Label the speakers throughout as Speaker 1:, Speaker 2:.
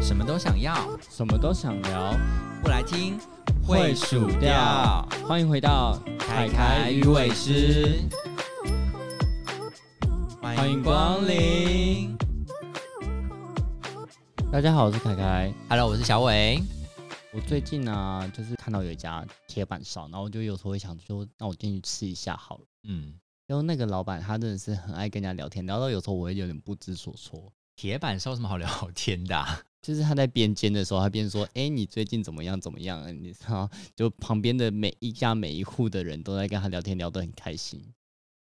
Speaker 1: 什么都想要，
Speaker 2: 什么都想聊，
Speaker 1: 不来听
Speaker 2: 会数掉。欢迎回到
Speaker 1: 凯凯鱼尾狮，
Speaker 2: 欢迎光临。大家好，我是凯凯。
Speaker 1: Hello，我是小伟。
Speaker 2: 我最近啊，就是看到有一家铁板烧，然后我就有时候会想说，那我进去吃一下好了。
Speaker 1: 嗯，
Speaker 2: 然后那个老板他真的是很爱跟人家聊天，聊到有时候我会有点不知所措。
Speaker 1: 铁板烧有什么好聊天的 啊、
Speaker 2: 就是他在边煎的时候，他边说：“哎、你最近怎么样？怎么样？”啊你知道，就旁边的每一家每一户的人都在跟他聊天，聊得很开心。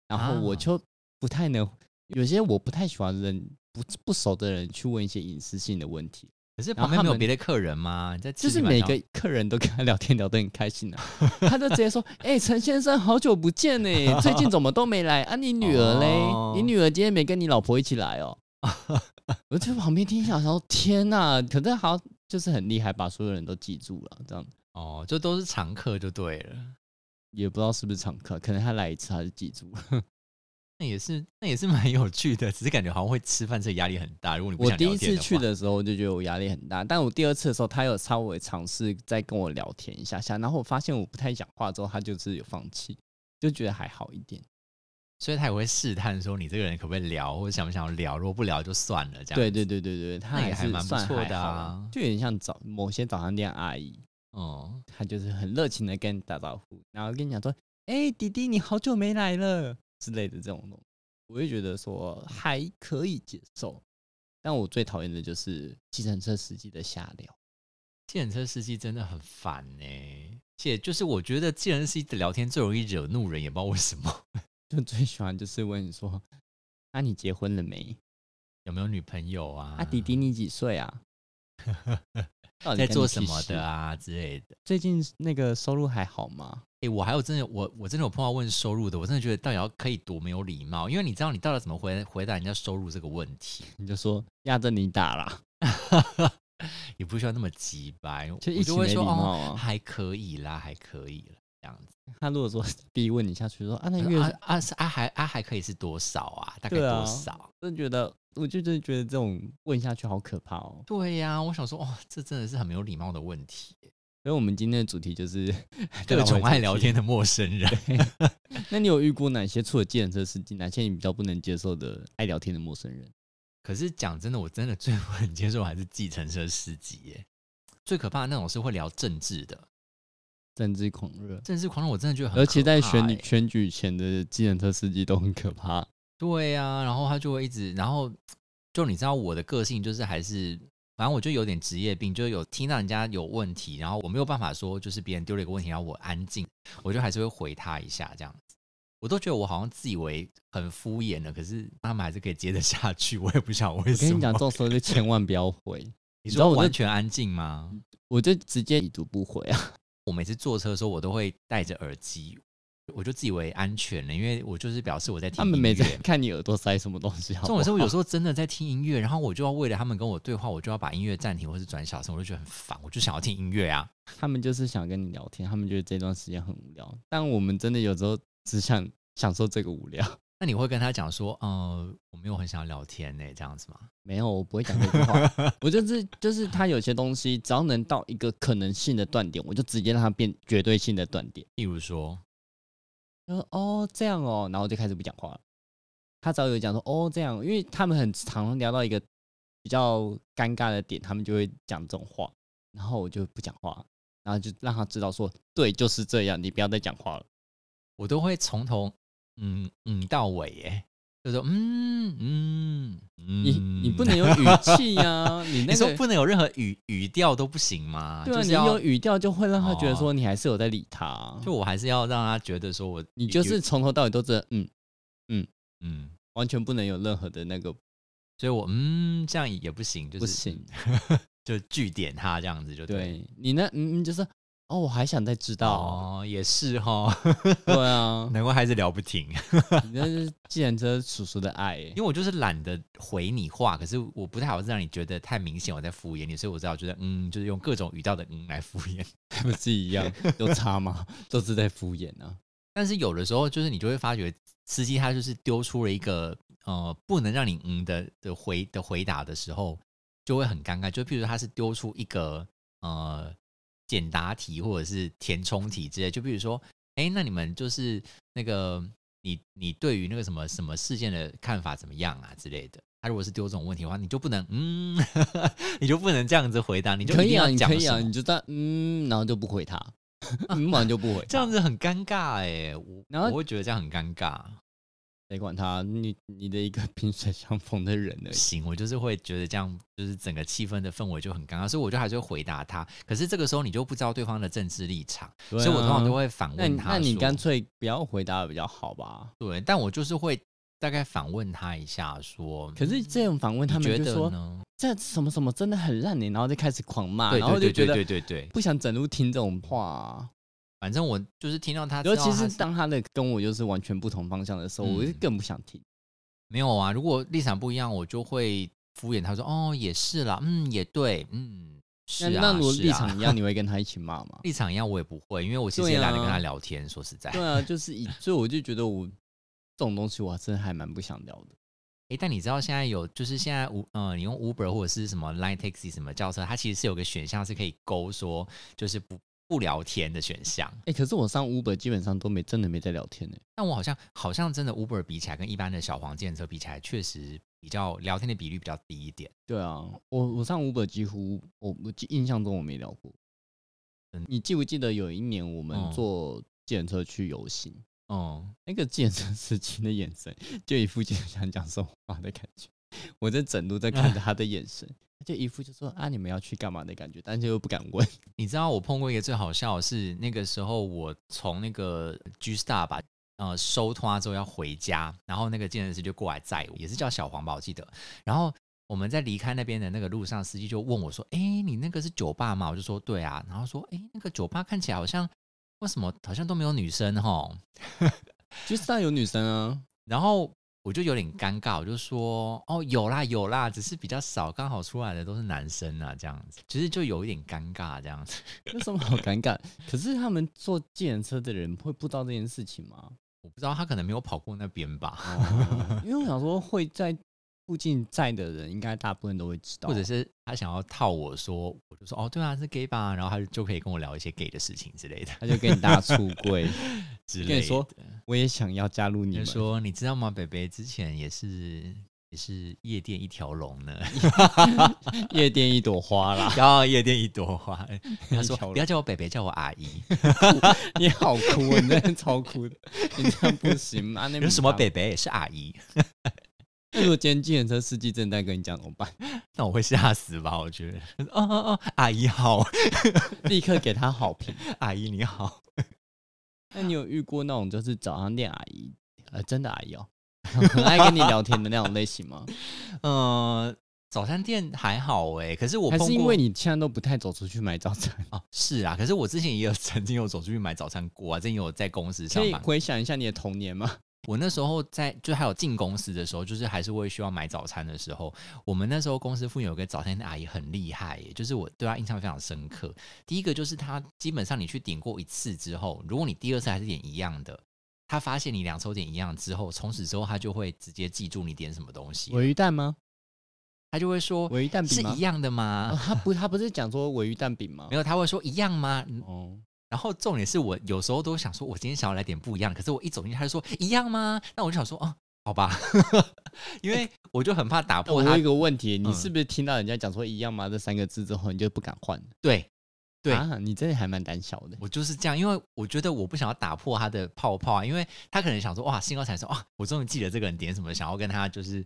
Speaker 2: 然后我
Speaker 1: 啊
Speaker 2: 就不太能，有些我不太喜欢人不不熟的人去问一些隐私性的问题，
Speaker 1: 可是
Speaker 2: 然后
Speaker 1: 旁边没有
Speaker 2: 他们
Speaker 1: 别的客人吗？你在吃
Speaker 2: 就是
Speaker 1: 铁板
Speaker 2: 每
Speaker 1: 烧
Speaker 2: 个客人都跟他聊天，聊得很开 心啊。他就直接说：“哎、陈先生，好久不见呢、最近怎么都没来啊？你女儿嘞？
Speaker 1: 哦
Speaker 2: 你女儿今天没跟你老婆一起来哦？” 我就在旁边听一下，然后天呐、可是好像就是很厉害，把所有人都记住了，这样
Speaker 1: 哦，就都是常客就对了。
Speaker 2: 也不知道是不是常客，可能他来一次他就记住了。
Speaker 1: 那也是，那也是蛮有趣的，只是感觉好像会吃饭，这压力很大。如 果你不
Speaker 2: 我
Speaker 1: 想
Speaker 2: 第
Speaker 1: 聊
Speaker 2: 一
Speaker 1: 天
Speaker 2: 次
Speaker 1: 话
Speaker 2: 去，的时候，我就觉得我压力很大，但我第二次的时候，他有稍微尝试再跟我聊天一下下，然后我发现我不太讲话之后，他就是有放弃，就觉得还好一点。
Speaker 1: 所以他也会试探说你这个人可不可以聊，或者想不想聊。如果不聊就算了，这样。
Speaker 2: 对对对对对，他
Speaker 1: 那也
Speaker 2: 还
Speaker 1: 还
Speaker 2: 是
Speaker 1: 蛮不
Speaker 2: 算
Speaker 1: 错
Speaker 2: 还
Speaker 1: 的
Speaker 2: 好
Speaker 1: 啊
Speaker 2: 就有点像早某些早餐店阿姨，
Speaker 1: 哦，
Speaker 2: 她就是很热情的跟你打招呼，然后跟你讲说：“哎、弟弟，你好久没来了”之类的这种东西，我就觉得说还可以接受。但我最讨厌的就是计程车司机的瞎聊。
Speaker 1: 计程车司机真的很烦呢、且就是我觉得计程车司机的聊天最容易惹怒人，也不知道为什么。
Speaker 2: 就最喜欢就是问你说：“那、你结婚了没？
Speaker 1: 有没有女朋友啊？
Speaker 2: 啊，弟弟你几岁啊？ 到底
Speaker 1: 在
Speaker 2: 跟
Speaker 1: 做
Speaker 2: 你
Speaker 1: 什
Speaker 2: 屁
Speaker 1: 么
Speaker 2: 事
Speaker 1: 的？啊之类的。
Speaker 2: 最近那个收入还好吗？
Speaker 1: 哎、我还有真的，我我真的有碰到问收入的，我真的觉得到底要可以多没有礼貌，因为你知道你到底怎么回回答人家收入这个问题，
Speaker 2: 你就说压着你打啦，
Speaker 1: 也不需要那么急白，
Speaker 2: 就
Speaker 1: 我
Speaker 2: 一起
Speaker 1: 就会
Speaker 2: 没礼
Speaker 1: 说
Speaker 2: 貌
Speaker 1: 哦，
Speaker 2: 啊。
Speaker 1: 还可以啦，还可以啦，这样子。
Speaker 2: 他如果说 逼问你下去说啊，那月，
Speaker 1: 啊啊是啊还啊还可以是多少啊？大概
Speaker 2: 对啊
Speaker 1: 多少？
Speaker 2: 真的觉得，我就真的觉得这种问下去好可怕哦。
Speaker 1: 对呀、我想说，哦，这真的是很没有礼貌的问题。
Speaker 2: 所以我们今天的主题就是
Speaker 1: 各种爱聊。天
Speaker 2: 再绕回主
Speaker 1: 的陌生人，
Speaker 2: 题那你有遇过哪些除了计程车司机，哪些你比较不能接受的爱聊天的陌生人？
Speaker 1: 可是讲真的，我真的最不能接受还是计程车司机耶。最可怕的那种是会聊政治的，
Speaker 2: 政治狂热，
Speaker 1: 政治狂人我真的觉得很
Speaker 2: 而且在
Speaker 1: 可怕欸
Speaker 2: 选
Speaker 1: 耶
Speaker 2: 举选举前的计程车司机都很可怕。
Speaker 1: 对呀、然后他就会一直，然后就你知道我的个性就是还是，反正我就有点职业病，就是有听到人家有问题，然后我没有办法说，就是别人丢了一个问题，然后我安静，我就还是会回他一下这样子。我都觉得我好像自以为很敷衍了，可是他们还是可以接得下去，我也不晓得为
Speaker 2: 我
Speaker 1: 什么。
Speaker 2: 跟你讲，这种时候就千万不要回，
Speaker 1: 你
Speaker 2: 你知道
Speaker 1: 说
Speaker 2: 我
Speaker 1: 完
Speaker 2: 就
Speaker 1: 全安静吗？
Speaker 2: 我就直接已读不回 啊。
Speaker 1: 我每次坐车的时候，我都会戴着耳机，我就自以为安全了，因为我就是表示我在听
Speaker 2: 他们
Speaker 1: 音
Speaker 2: 每次
Speaker 1: 乐
Speaker 2: 看你耳朵塞什么东西好
Speaker 1: 这
Speaker 2: 不好，
Speaker 1: 种时候有时候真的在听音乐，然后我就要为了他们跟我对话，我就要把音乐暂停或是转小声，我就觉得很烦，我就想要听音乐啊。
Speaker 2: 他们就是想跟你聊天，他们觉得这段时间很无聊，但我们真的有时候只想享受这个无聊。
Speaker 1: 那你会跟他讲说，呃，我没有很想要聊天呢、这样子吗？
Speaker 2: 没有，我不会讲这句 话。我就是就是他有些东西，只要能到一个可能性的断点，我就直接让它变绝对性的断点。
Speaker 1: 例如说，
Speaker 2: 他说哦这样哦，然后我就开始不讲话了。他只要有讲说哦这样，因为他们很常聊到一个比较尴尬的点，他们就会讲这种话，然后我就不讲话，然后就让他知道说对就是这样，你不要再讲话了。
Speaker 1: 我都会从头嗯嗯到尾耶、就说嗯嗯嗯，
Speaker 2: 你你不能有语气呀、你
Speaker 1: 你
Speaker 2: 那
Speaker 1: 说
Speaker 2: 个
Speaker 1: 不能有任何语语调都不行吗？
Speaker 2: 对啊，
Speaker 1: 就是
Speaker 2: 你
Speaker 1: 要
Speaker 2: 有语调就会让他觉得
Speaker 1: 哦
Speaker 2: 说你还是有在理他啊、
Speaker 1: 就我还是要让他觉得说我
Speaker 2: 你就是从头到尾都这嗯，
Speaker 1: 嗯，
Speaker 2: 完全不能有任何的那个
Speaker 1: 所以我嗯这样也不行，就是
Speaker 2: 不行。
Speaker 1: 就据点他这样子就对了。
Speaker 2: 对你那嗯嗯就是哦，我还想再知道。
Speaker 1: 哦， 也是哈，
Speaker 2: 对啊，
Speaker 1: 难怪孩子聊不停。
Speaker 2: 你那是计程车叔叔的爱耶
Speaker 1: 因。为我就是懒得回你话，可是我不太好让你觉得太明显我在敷衍你，所以我只好觉得嗯，就是用各种语调的嗯来敷衍。
Speaker 2: 还不是一样， 有差吗？都是在敷衍啊。
Speaker 1: 但是有的时候，就是你就会发觉司机他就是丢出了一个呃不能让你嗯的的回的回答的时候，就会很尴尬。就譬如他是丢出一个呃简答题或者是填充题之类，就比如说，哎、那你们就是那个你你对于那个什么什么事件的看法怎么样啊之类的。他如果是丢这种问题的话，你就不能嗯， 你就不能这样子回答，你就
Speaker 2: 可
Speaker 1: 一
Speaker 2: 以
Speaker 1: 定
Speaker 2: 啊，
Speaker 1: 要
Speaker 2: 你
Speaker 1: 讲
Speaker 2: 可以啊，
Speaker 1: 什么
Speaker 2: 你就在嗯，然后就不回 他，嗯，完就不回他，
Speaker 1: 这样子很尴尬哎、我
Speaker 2: 然后
Speaker 1: 我会觉得这样很尴尬。
Speaker 2: 谁管他？你你的一个萍水相逢的人而已。
Speaker 1: 行，我就是会觉得这样，就是整个气氛的氛围就很尴尬，所以我就还是会回答他。可是这个时候你就不知道对方的政治立场，
Speaker 2: 对啊
Speaker 1: 所以我通常都会反
Speaker 2: 那
Speaker 1: 问
Speaker 2: 你
Speaker 1: 他
Speaker 2: 那你
Speaker 1: 说
Speaker 2: 干脆不要回答比较好吧？
Speaker 1: 对，但我就是会大概反问他一下说，
Speaker 2: 可是这种访问，他
Speaker 1: 你觉
Speaker 2: 们就
Speaker 1: 得
Speaker 2: 说
Speaker 1: 呢？
Speaker 2: 这什么什么真的很烂你，欸然后就开始狂骂，
Speaker 1: 对
Speaker 2: 啊然后
Speaker 1: 对对对
Speaker 2: 就觉得
Speaker 1: 对对对，
Speaker 2: 不想整路听这种话啊。
Speaker 1: 反正我就是听到他知道
Speaker 2: 尤其
Speaker 1: 他是，
Speaker 2: 是当他的跟我又是完全不同方向的时候，我就
Speaker 1: 嗯
Speaker 2: 更不想听。
Speaker 1: 没有啊，如果立场不一样，我就会敷衍他说，哦，也是啦，嗯，也对，嗯，是
Speaker 2: 那
Speaker 1: 啊，
Speaker 2: 那如果
Speaker 1: 是
Speaker 2: 立
Speaker 1: 啊
Speaker 2: 场一样，你会跟他一起骂 吗？
Speaker 1: 立场一样，我也不会，因为我其实也
Speaker 2: 对啊
Speaker 1: 懒得跟他聊天，说实在。
Speaker 2: 对啊，就是以，所以我就觉得我这种东西，我真的还蛮不想聊的。
Speaker 1: 诶，但你知道现在有，就是现在无，呃，你用 Uber 或者是什么 Line Taxi 什么轿车，它其实是有个选项是可以勾说，就是不不聊天的选项。
Speaker 2: 哎、可是我上 Uber 基本上都没真的没在聊天呢、欸
Speaker 1: 但我好像好像真的 Uber 比起来，跟一般的小黄建车比起来，确实比较聊天的比率比较低一点。
Speaker 2: 对啊，我我上 Uber 几乎我我记印象中我没聊过
Speaker 1: 嗯。
Speaker 2: 你记不记得有一年我们
Speaker 1: 嗯
Speaker 2: 坐计程车去游行，
Speaker 1: 嗯，
Speaker 2: 那个计程车司机的眼神，就一副就想讲什么话的感觉。我在整路在 看着他的眼神，他就一副就说啊你们要去干嘛的感觉，但是又不敢问。
Speaker 1: 你知道我碰过一个最好笑的是，那个时候我从那个 G Star 吧，呃，收摊之后要回家，然后那个健身师就过来载我，也是叫小黄吧，我记得。然后我们在离开那边的那个路上，司机就问我说：“哎、你那个是酒吧吗？”我就说：“对啊。”然后说：“哎、那个酒吧看起来好像为什么好像都没有女生哈
Speaker 2: 就是那有女生啊，？”
Speaker 1: 然后我就有点尴尬，我就说：“哦，有啦有啦，只是比较少，刚好出来的都是男生啊，这样子，其实就有一点尴尬这样子。”
Speaker 2: 有什么好尴尬？ 可是他们坐计程车的人会不知道这件事情吗？
Speaker 1: 我不知道他可能没有跑过那边吧，
Speaker 2: 哦，因为我想说会在附近在的人，应该大部分都会知道，
Speaker 1: 或者是他想要套我说，我就说哦，对啊，是 gay 吧，然后他就就可以跟我聊一些 gay 的事情之类的，
Speaker 2: 他就跟你大出 柜，
Speaker 1: 之类的。
Speaker 2: 跟你说我也想要加入你
Speaker 1: 就
Speaker 2: 们。
Speaker 1: 说你知道吗，北北之前也是也是夜店一条龙 呢，
Speaker 2: 夜店一朵花啦，
Speaker 1: 然后夜店一朵花。他说
Speaker 2: 一条龙
Speaker 1: 不要叫我北北，叫我阿姨。
Speaker 2: 你好哭哦，你真的超哭的， 你这样不行啊！那
Speaker 1: 有什么北？北也是阿姨，
Speaker 2: 那如果今天计程车司机正在跟你讲怎么 办？
Speaker 1: 那我会吓死吧？我觉得， 哦哦哦，阿姨好，
Speaker 2: 立刻给他好评。
Speaker 1: 阿姨你好，
Speaker 2: 那你有遇过那种就是早上店阿姨，呃，真的阿姨哦，很 爱跟你聊天的那种类型 吗？
Speaker 1: 嗯。早餐店还好哎、可是我
Speaker 2: 还
Speaker 1: 碰
Speaker 2: 是因
Speaker 1: 过
Speaker 2: 为你现在都不太走出去买早餐？
Speaker 1: 哦，是啊，可是我之前也有 曾经有走出去买早餐过啊，之前有在公司
Speaker 2: 可
Speaker 1: 上
Speaker 2: 以
Speaker 1: 班。
Speaker 2: 回想一下你的童年吗？
Speaker 1: 我那时候在就还有进公司的时候，就是还是会需要买早餐的时候，我们那时候公司附近有个早餐店阿姨很厉害耶，就是我对她印象非常深刻。第一个就是她基本上你去点过一次之后，如果你第二次还是点一样的。她发现你两次都点一样之后，从此之后她就会直接记住你点什么东西，
Speaker 2: 尾鱼蛋吗？
Speaker 1: 她就会说
Speaker 2: 尾鱼蛋
Speaker 1: 是
Speaker 2: 饼吗
Speaker 1: 一？样的
Speaker 2: 哦
Speaker 1: 吗？
Speaker 2: 他不，他不是讲说尾鱼蛋饼吗
Speaker 1: 没？有，她会说一样吗？
Speaker 2: 哦，
Speaker 1: 然后重点是我有时候都想说，我今天想要来点不一样的，可是我一走进去，他就说一样吗？那我就想说，哦，好吧， 因为我就很怕打
Speaker 2: 那我
Speaker 1: 破
Speaker 2: 有
Speaker 1: 他
Speaker 2: 一。个问题，你
Speaker 1: 嗯
Speaker 2: 是不是听到人家讲说一样吗这三个字之后，你就不敢换了？
Speaker 1: 对，对
Speaker 2: 啊，你真的还蛮胆小的。
Speaker 1: 我就是这样，因为我觉得我不想要打破他的泡泡啊，因为他可能想说，哇，兴高采烈说，哇，我终于记得这个人点什么，想要跟他就是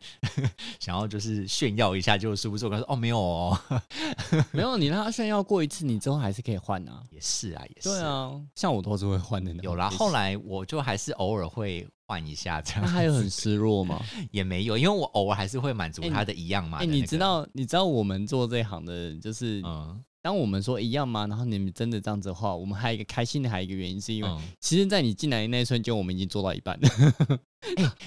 Speaker 1: 想要就是炫耀一下，就殊不知我跟他说，哦，没有哦，
Speaker 2: 没有，你让他炫耀过一次，你之后还是可以换啊。
Speaker 1: 也是啊，也是。
Speaker 2: 对啊，像我都是会换的那种。
Speaker 1: 有啦，后来我就还是偶尔会换一下，这
Speaker 2: 那
Speaker 1: 样
Speaker 2: 他有很失落 吗？
Speaker 1: 也没有，因为我偶尔还是会满足
Speaker 2: 哎你
Speaker 1: 他的一样嘛。
Speaker 2: 哎、
Speaker 1: 的那
Speaker 2: 你
Speaker 1: 个
Speaker 2: 知，道，你知道我们做这一行的人，就是
Speaker 1: 嗯，
Speaker 2: 当我们说一样吗？然后你们真的这样子的话，我们还有一个开心的，还有一个原因是因为，
Speaker 1: 嗯，
Speaker 2: 其实，在你进来的那一瞬间，我们已经做到一半了。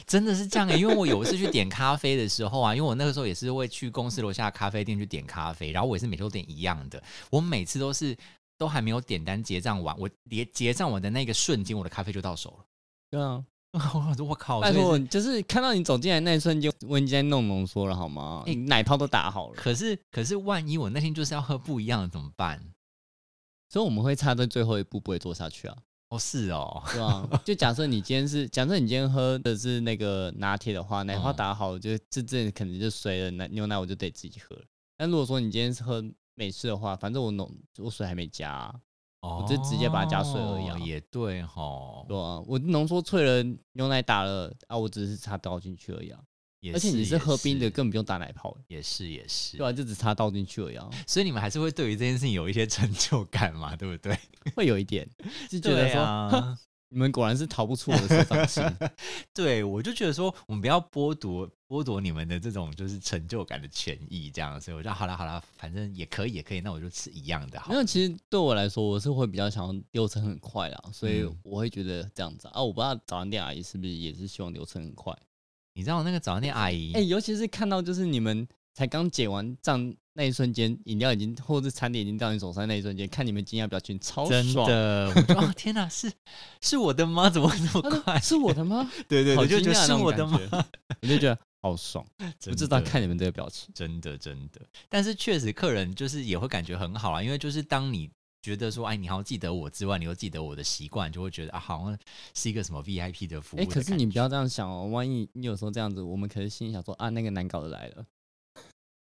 Speaker 1: 真的是这样欸，因为我有一次去点咖啡的时候啊， 因为我那个时候也是会去公司楼下的咖啡店去点咖啡，然后我也是每次都点一样的，我每次都是都还没有点单结账完，我结结账完的那个瞬间，我的咖啡就到手了。
Speaker 2: 对啊，
Speaker 1: 我说我靠，
Speaker 2: 拜
Speaker 1: 所以
Speaker 2: 托，
Speaker 1: 是
Speaker 2: 就是看到你走进来那一瞬间，我已经在弄浓缩了，好吗？
Speaker 1: 哎
Speaker 2: 你奶泡都打好了，
Speaker 1: 可是可是万一我那天就是要喝不一样的怎么办？
Speaker 2: 所以我们会差在最后一步，不会做下去啊，
Speaker 1: 哦，是哦，
Speaker 2: 对啊，就假设你今天是，假设你今天喝的是那个拿铁的话，奶泡
Speaker 1: 嗯
Speaker 2: 打好，就这这可能就随了，奶牛奶我就得自己喝了。但如果说你今天是喝美式的话，反正我浓我水还没加、啊，
Speaker 1: 哦
Speaker 2: 就直接把它加水而已啊
Speaker 1: 也对吼，
Speaker 2: 对啊，我浓缩萃了，牛奶打了啊，我只是差倒进去而已啊。
Speaker 1: 也
Speaker 2: 而且你
Speaker 1: 是
Speaker 2: 是喝冰的，
Speaker 1: 也是
Speaker 2: 根本不用打奶泡，欸
Speaker 1: 也是也是，
Speaker 2: 对啊，就只差倒进去而已啊，
Speaker 1: 所以你们还是会对于这件事情有一些成就感嘛，对不对？
Speaker 2: 会有 一点就 觉得
Speaker 1: 对
Speaker 2: 说、
Speaker 1: 啊，
Speaker 2: 你们果然是逃不出我的手掌心。
Speaker 1: 对我就觉得说，我们不要剥夺剥夺你们的这种就是成就感的权益，这样，所以我就好啦好啦，反正也可以也可以，那我就吃一样的好
Speaker 2: 没
Speaker 1: 了。
Speaker 2: 有，其实对我来说，我是会比较想要流程很快啦，所以
Speaker 1: 嗯
Speaker 2: 我会觉得这样子啊。我不知道早餐店阿姨是不是也是希望流程很快？
Speaker 1: 你知道那个早餐店阿姨，
Speaker 2: 哎、尤其是看到就是你们才刚结完账那一瞬间，饮料已经或者餐点已经到你手上那一瞬间，看你们惊讶表情超爽
Speaker 1: 真，的，我说啊天哪，是是我的吗？怎么会这
Speaker 2: 他
Speaker 1: 么
Speaker 2: 说
Speaker 1: 快？
Speaker 2: 是我的 吗？
Speaker 1: 对对
Speaker 2: 好
Speaker 1: 对，就觉
Speaker 2: 惊
Speaker 1: 得
Speaker 2: 讶
Speaker 1: 是
Speaker 2: 那种
Speaker 1: 我的
Speaker 2: 感
Speaker 1: 吗？
Speaker 2: 觉， 我就觉得好爽，不知道
Speaker 1: 真的
Speaker 2: 看你们这个表情。
Speaker 1: 真的真的，但是确实客人就是也会感觉很好啊，因为就是当你觉得说，哎，你好像记得我之外，你又记得我的习惯，就会觉得啊，好像是一个什么 VIP 的服务
Speaker 2: 哎、
Speaker 1: 的感觉。
Speaker 2: 可是你不要这样想哦，万一你有时候这样子，我们可是心里想说啊，那个难搞的来了，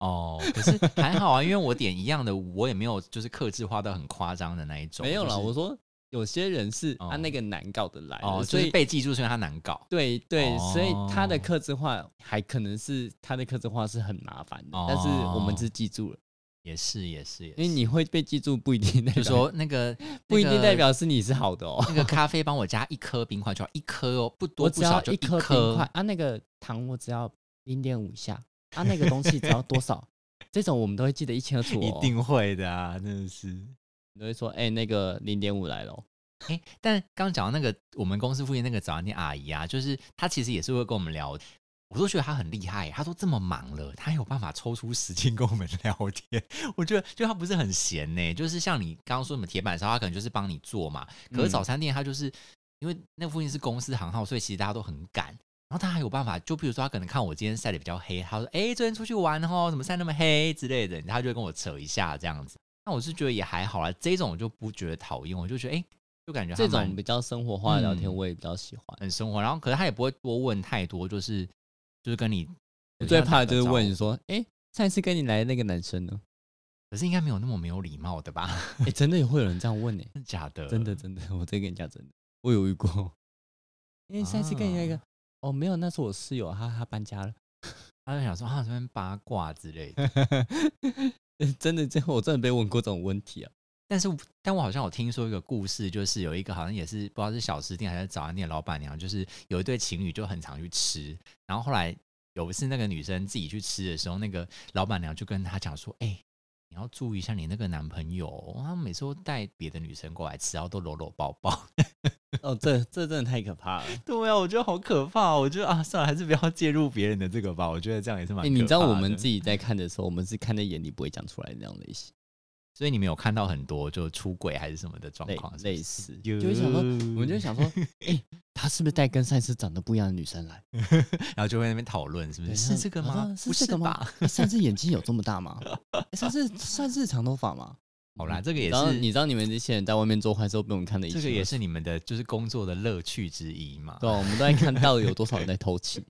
Speaker 1: 哦，可是还好啊，因为我点一样的，我也没有就是克制化到很夸张的那一种，
Speaker 2: 没有
Speaker 1: 就
Speaker 2: 啦，
Speaker 1: 是
Speaker 2: 我说有些人是啊，
Speaker 1: 哦
Speaker 2: 那个难搞的来了，
Speaker 1: 哦，就
Speaker 2: 所以
Speaker 1: 是被记住，所以他难搞。
Speaker 2: 对对，所以他的
Speaker 1: 哦
Speaker 2: 刻字化还可能是他的刻字化是很麻烦的，但是我
Speaker 1: 哦
Speaker 2: 们是记住了，
Speaker 1: 也是也是也
Speaker 2: 因为
Speaker 1: 是，
Speaker 2: 你会被记住不一定代
Speaker 1: 就
Speaker 2: 表，
Speaker 1: 说那个
Speaker 2: 不一定代。
Speaker 1: 那个
Speaker 2: 表是你是好的哦。
Speaker 1: 那个咖啡帮我加一颗冰块就好，一颗哦，不多
Speaker 2: 我
Speaker 1: 不
Speaker 2: 只
Speaker 1: 少
Speaker 2: 要
Speaker 1: 就
Speaker 2: 一颗
Speaker 1: 颗
Speaker 2: 冰块啊，那个糖我只要零点五下啊，那个东西只要多少，这种我们都会记得一清二楚、哦。
Speaker 1: 一定会的啊，真的是。
Speaker 2: 你都会说，哎、那个零点五来了哦，
Speaker 1: 哎、但刚讲到那个我们公司附近那个早餐店阿姨啊，就是她其实也是会跟我们聊，我都觉得她很厉害。她说这么忙了，她还有办法抽出时间跟我们聊天。 我觉得就她不是很闲呢、就是像你刚刚说什么铁板烧，她可能就是帮你做嘛。可是
Speaker 2: 嗯
Speaker 1: 早餐店她就是、因为那附近是公司行号，所以其实大家都很赶。然后她还有办法，就比如说她可能看我今天晒的比较黑，她说：“哎、昨天出去玩哦，怎么晒那么黑之类的。”她就会跟我扯一下这样子。那我是觉得也还好啦，这种我就不觉得讨厌，我就觉得哎、就感觉她
Speaker 2: 这
Speaker 1: 蛮
Speaker 2: 种比较生活化的聊天
Speaker 1: 嗯
Speaker 2: 我也比较喜欢。
Speaker 1: 很生活，然后可是他也不会多问太多，就是就是跟你
Speaker 2: 我最怕的就是问
Speaker 1: 有
Speaker 2: 你
Speaker 1: 些要打个招呼，
Speaker 2: 说，哎、上一次跟你来的那个男 生呢？
Speaker 1: 可是应该没有那么没有礼貌的吧？
Speaker 2: 哎、真的也会有人这样问呢、
Speaker 1: 真的假的？
Speaker 2: 真的真的， 我再跟你讲真的，我有遇过。因为上次跟你那个，
Speaker 1: 啊
Speaker 2: 哦，没有，那是我室友，他他搬家了。
Speaker 1: 他就想说啊这边八卦之类的，
Speaker 2: 真的，真的我真的被问过这种问题啊。
Speaker 1: 但是但我好像有听说一个故事，就是有一个好像也是不知道是小吃店还是早餐店的老板娘，就是有一对情侣就很常去吃，然后后来有一次那个女生自己去吃的时候，那个老板娘就跟她讲说，哎、你要注意一下你那个男朋友哦，他每次都带别的女生过来吃，然后都搂搂抱抱。
Speaker 2: 哦，这这真的太可怕了。
Speaker 1: 对啊，我觉得好可怕、哦。我觉得啊，算了，还是不要介入别人的这个吧。我觉得这样也是蛮可
Speaker 2: 哎、
Speaker 1: 怕的、
Speaker 2: 你知道我们自己在看的时候，我们是看在眼里，不会讲出来的那种类型，
Speaker 1: 所以你们有看到很多就出轨还是什么的状
Speaker 2: 类
Speaker 1: 况是不是
Speaker 2: 类似，就会想说，我们就 会想说，哎、他是不是带跟上一次长得不一样的女生来？
Speaker 1: 然后就会在那边讨论，是不是
Speaker 2: 对嗯
Speaker 1: 是这个吗
Speaker 2: 好像？是
Speaker 1: 不
Speaker 2: 这个吗
Speaker 1: 吧？
Speaker 2: 哎上次眼睛有这么大 吗？哎上次上次长头发吗？
Speaker 1: 好啦，这个也
Speaker 2: 然后
Speaker 1: 是
Speaker 2: 你知道你们这些人在外面做坏事，被我们看的一
Speaker 1: 这
Speaker 2: 清
Speaker 1: 个也
Speaker 2: 二楚
Speaker 1: 是你们的就是工作的乐趣之一嘛
Speaker 2: 对。啊、我们都在看到底有多少人在偷情。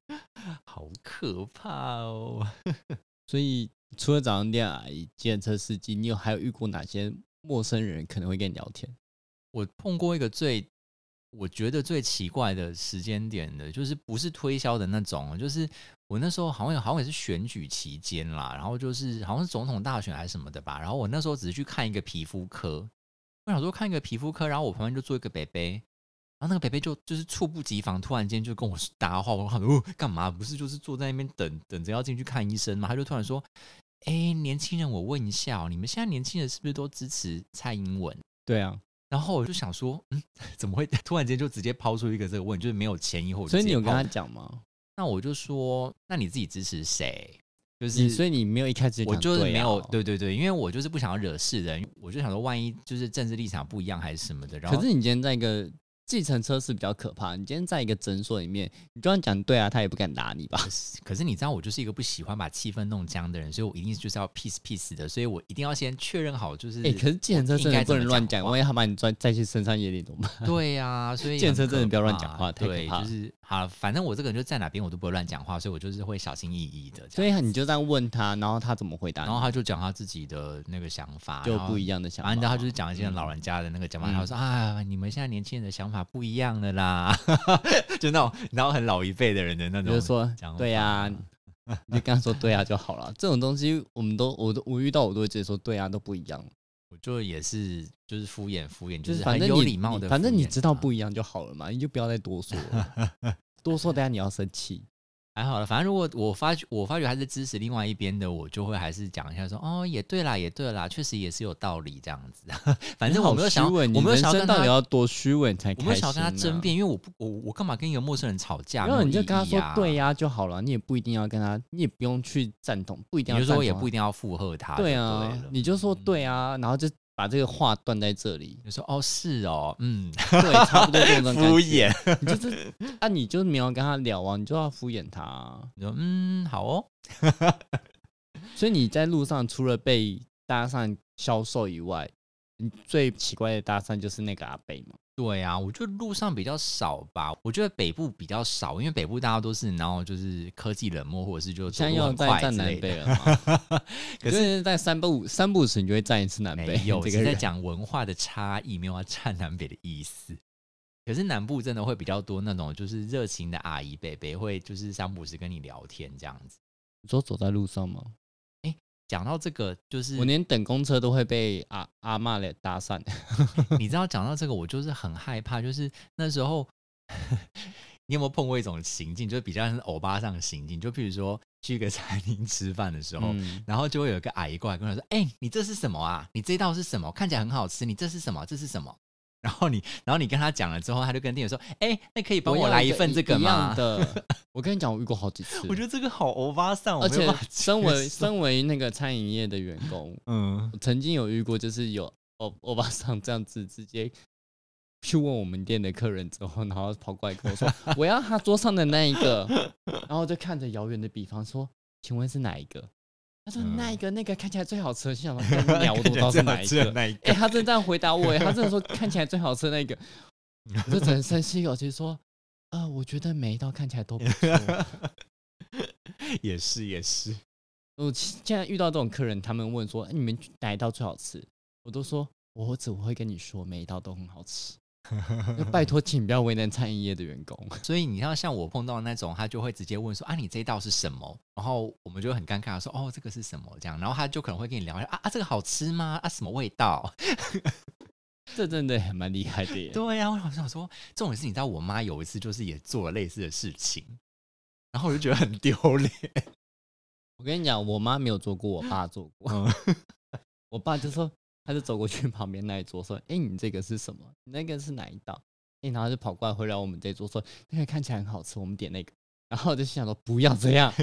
Speaker 1: 好可怕哦！
Speaker 2: 所以除了早餐店阿姨、计程车司机，你有还有遇过哪些陌生人可能会跟你聊天？
Speaker 1: 我碰过一个最。我觉得最奇怪的时间点的，就是不是推销的那种，哦就是我那时候好像好像也是选举期间啦，然后就是好像是总统大选还是什么的吧，然后我那时候只是去看一个皮肤科，我想说看一个皮肤科，然后我旁边就坐一个北北，然后那个北北就就是猝不及防，突然间就跟 我搭话，我想说哦干嘛？不是就是坐在那边等等着要进去看医生嘛？他就突然说，哎、年轻人，我问一下、哦，你们现在年轻人是不是都支持蔡英文？
Speaker 2: 对啊，
Speaker 1: 然后我就想说，嗯， 怎么会突然间就直接抛出一个这个问题，就是没有前因后果。
Speaker 2: 所以
Speaker 1: 就直
Speaker 2: 你
Speaker 1: 接
Speaker 2: 有跟
Speaker 1: 抛
Speaker 2: 他讲吗？
Speaker 1: 那我就说，那你自己支持谁？就
Speaker 2: 你
Speaker 1: 是
Speaker 2: 所以你没有一开始就
Speaker 1: 我
Speaker 2: 讲
Speaker 1: 就是
Speaker 2: 对
Speaker 1: 没有
Speaker 2: 啊，
Speaker 1: 对对对，因为我就是不想要惹事人，我就想说，万一就是政治立场不一样还是什么的，然后
Speaker 2: 可是你今天在一个计程车是比较可怕，你今天在一个诊所里面，你就算讲对啊，他也不敢打你吧？
Speaker 1: 可是可是你知道，我就是一个不喜欢把气氛弄僵的人，所以我一定就是要 peace peace 的，所以我一定要先确认好，就是、
Speaker 2: 哎、可是计程车真
Speaker 1: 应
Speaker 2: 的
Speaker 1: 该
Speaker 2: 不
Speaker 1: 怎么
Speaker 2: 能乱
Speaker 1: 讲
Speaker 2: 讲，
Speaker 1: 话
Speaker 2: 万一他把你拽再去深山野岭怎么办？
Speaker 1: 对呀、所以
Speaker 2: 健
Speaker 1: 很
Speaker 2: 身真的
Speaker 1: 可
Speaker 2: 不要乱讲
Speaker 1: 怕
Speaker 2: 话太可
Speaker 1: 对，
Speaker 2: 怕
Speaker 1: 就
Speaker 2: 了
Speaker 1: 是好，反正我这个人就在哪边我都不会乱讲话，所以我就是会小心翼翼的这
Speaker 2: 所
Speaker 1: 样。
Speaker 2: 以你就这样问他，然后他怎么回答你？
Speaker 1: 然后他就讲他自己的那个想法，
Speaker 2: 就
Speaker 1: 然后
Speaker 2: 不一样的想
Speaker 1: 啊，
Speaker 2: 法
Speaker 1: 你
Speaker 2: 嘛。
Speaker 1: 知道他就是讲一些老人家的那个讲法，
Speaker 2: 嗯
Speaker 1: 他就说啊，你们现在年轻人的想法不一样了啦， 就那种然后很老一辈的人的那
Speaker 2: 你
Speaker 1: 种，
Speaker 2: 就说
Speaker 1: 讲法
Speaker 2: 对啊，你就跟他说对啊就好了。这种东西我们都我都我遇到我都会直接说对啊，都不一样，
Speaker 1: 我就也是就是敷衍敷衍，就是是
Speaker 2: 反
Speaker 1: 很
Speaker 2: 正
Speaker 1: 有
Speaker 2: 你
Speaker 1: 礼貌
Speaker 2: 你
Speaker 1: 的，
Speaker 2: 反正你知道不一样就好了嘛，你就不要再多说了， 多说等下你要生气。
Speaker 1: 啊还好了，反正如果我发觉我发觉还是支持另外一边的，我就会还是讲一下说哦，也对啦，也对啦，确实也是有道理这样子。 反正我没有想要，
Speaker 2: 你好虚伪你
Speaker 1: 我没有
Speaker 2: 人
Speaker 1: 想要跟
Speaker 2: 生到底
Speaker 1: 他，
Speaker 2: 要多虚伪你才
Speaker 1: 我
Speaker 2: 开
Speaker 1: 没
Speaker 2: 心、
Speaker 1: 有想要
Speaker 2: 啊？
Speaker 1: 跟他争辩，因为我不我我干嘛跟一个陌生人吵架？
Speaker 2: 然
Speaker 1: 没
Speaker 2: 后
Speaker 1: 有
Speaker 2: 你就
Speaker 1: 意
Speaker 2: 跟他
Speaker 1: 义
Speaker 2: 说
Speaker 1: 啊
Speaker 2: 对呀、就好了，你也不一定要跟他，你也不用去赞同，不一定
Speaker 1: 你
Speaker 2: 要
Speaker 1: 就
Speaker 2: 赞
Speaker 1: 说
Speaker 2: 同他。
Speaker 1: 也不一定要附和他就
Speaker 2: 对
Speaker 1: 对
Speaker 2: 啊，
Speaker 1: 了，
Speaker 2: 你就说对啊，然后就把这个话断在这里
Speaker 1: 你就说哦是哦， 嗯，
Speaker 2: 对，差不多这种感觉。
Speaker 1: 敷衍，
Speaker 2: 你就是啊，你就没有跟他聊啊，你就要敷衍他啊、
Speaker 1: 你说嗯好哦，
Speaker 2: 所以你在路上除了被搭讪销售以外，你最奇怪的搭讪就是那个阿贝嘛。
Speaker 1: 对啊，我觉得路上比较少吧，我觉得北部比较少，因为北部大家都是然后就是科技冷漠，或者是就走
Speaker 2: 现在
Speaker 1: 路
Speaker 2: 要
Speaker 1: 很
Speaker 2: 再
Speaker 1: 快
Speaker 2: 站
Speaker 1: 之
Speaker 2: 南
Speaker 1: 类的。
Speaker 2: 北了嘛？
Speaker 1: 可
Speaker 2: 是在三不五三不五时，你就会站一次南 北
Speaker 1: 没。有，
Speaker 2: 这
Speaker 1: 只
Speaker 2: 个
Speaker 1: 是在
Speaker 2: 人
Speaker 1: 讲文化的差异，没有要站南北的意思。可是南部真的会比较多那种就是热情的阿姨伯伯会就是三不五时跟你聊天这样子。
Speaker 2: 你说走在路上吗？
Speaker 1: 讲到这个，就是
Speaker 2: 我连等公车都会被阿阿妈来搭讪。
Speaker 1: 你知道讲到这个，我就是很害怕，就是那时候 你有没有碰过一种情境，就是比较像是欧巴上的情境，就譬如说去一个 餐厅吃饭的时候，
Speaker 2: 嗯，
Speaker 1: 然后就会有一个阿姨过来跟我说：“哎、你这是什么啊？你这道是什么？看起来很好吃，你这是什么？这是什么？” 然后你，然后你跟他讲了之后，他就跟店员说：“哎、那可以 帮我
Speaker 2: 要
Speaker 1: 来
Speaker 2: 一
Speaker 1: 一份这个
Speaker 2: 一样
Speaker 1: 吗
Speaker 2: 的。我跟你讲，我遇过好几次？”。
Speaker 1: 我觉得这个好欧巴桑，我
Speaker 2: 而
Speaker 1: 没有
Speaker 2: 且
Speaker 1: 办法
Speaker 2: 身
Speaker 1: 接
Speaker 2: 为
Speaker 1: 受
Speaker 2: 身为那个餐饮业的员工，
Speaker 1: 嗯，
Speaker 2: 我曾经有遇过，就是有欧欧巴桑这样子直接去问我们店的客人之后，然后跑过来跟我说：“我要他桌上的那一个。”然后我就看着遥远的比方说：“请问是哪一个？”他说：“
Speaker 1: 嗯
Speaker 2: 那一个那个看起来最好吃。”我心想 说：“干你娘，我怎么知道是哪 一
Speaker 1: 只有
Speaker 2: 个？”
Speaker 1: 那一
Speaker 2: 哎、
Speaker 1: 个，
Speaker 2: 他真的这样回答我、欸，他真的说看起来最好吃的那个，我就只能深吸一口气说，呃，我觉得每一道看起来都不错。
Speaker 1: 也是也是，
Speaker 2: 我其现在遇到这种客人，他们问说、哎你们哪一道最好吃，我都说我只会跟你说每一道都很好吃。就拜托，请不要为难餐饮业的员工。
Speaker 1: 所以你要像我碰到那种，他就会直接问说啊，你这一道是什么？然后我们就会很尴尬地说哦，这个是什么？这样，然后他就可能会跟你聊一下啊啊，这个好吃吗？啊，什么味道？
Speaker 2: 这真的还蛮厉害的耶。
Speaker 1: 对啊呀、我想想说，这种事情，你知道，我妈有一次就是也做了类似的事情，然后我就觉得很丢脸。
Speaker 2: 我跟你讲，我妈没有做过，我爸做过。
Speaker 1: 嗯
Speaker 2: 我爸就说，他就走过去旁边那一桌说：“哎、你这个是什么？你那个是哪一道？”哎、然后就跑过来回来我们这一桌说：“那个看起来很好吃，我们点那个。”然后我就心想说：“不要这样，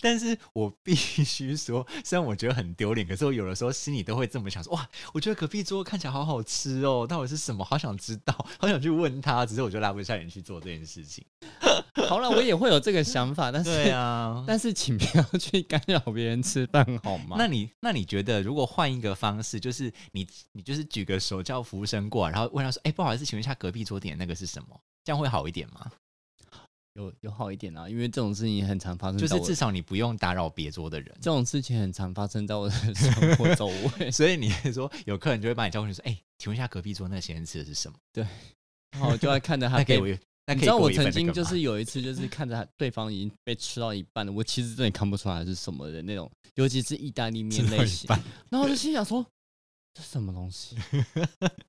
Speaker 1: 但是我必须说，虽然我觉得很丢脸，可是我有的时候心里都会这么想说，哇，我觉得隔壁桌看起来好好吃哦，到底是什么？好想知道，好想去问他，只是我就拉不下脸去做这件事情。
Speaker 2: 好了，我也会有这个想法，但是、
Speaker 1: 啊
Speaker 2: 但是请不要去干扰别人吃饭好吗？
Speaker 1: 那你那你觉得，如果换一个方式，就是你你就是举个手叫服务生过来，然后问他说：“哎、不好意思，请问一下隔壁桌点那个是什么？”这样会好一点吗？
Speaker 2: 有有好一点啊，因为这种事情很常发生
Speaker 1: 就
Speaker 2: 在
Speaker 1: 是
Speaker 2: 我的，
Speaker 1: 至少你不用打扰别桌的人。
Speaker 2: 这种事情很常发生在我的生活周 围。
Speaker 1: 所以你是说有客人就会把你叫过去说：“哎、请问一下隔壁桌那个先生吃的是什么
Speaker 2: 然后我就要看着？”他
Speaker 1: 那给
Speaker 2: 被
Speaker 1: 我一，那
Speaker 2: 你
Speaker 1: 可以
Speaker 2: 知道
Speaker 1: 给
Speaker 2: 我
Speaker 1: 一份
Speaker 2: 曾
Speaker 1: 那
Speaker 2: 经
Speaker 1: 个
Speaker 2: 就
Speaker 1: 吗
Speaker 2: 是有一次，就是看着他对方已经被吃到一半了，我其实真的看不出来是什么的那种，尤其是意大利面
Speaker 1: 吃到
Speaker 2: 类
Speaker 1: 一
Speaker 2: 型
Speaker 1: 半。
Speaker 2: 然后我就心想说，这什 么东西？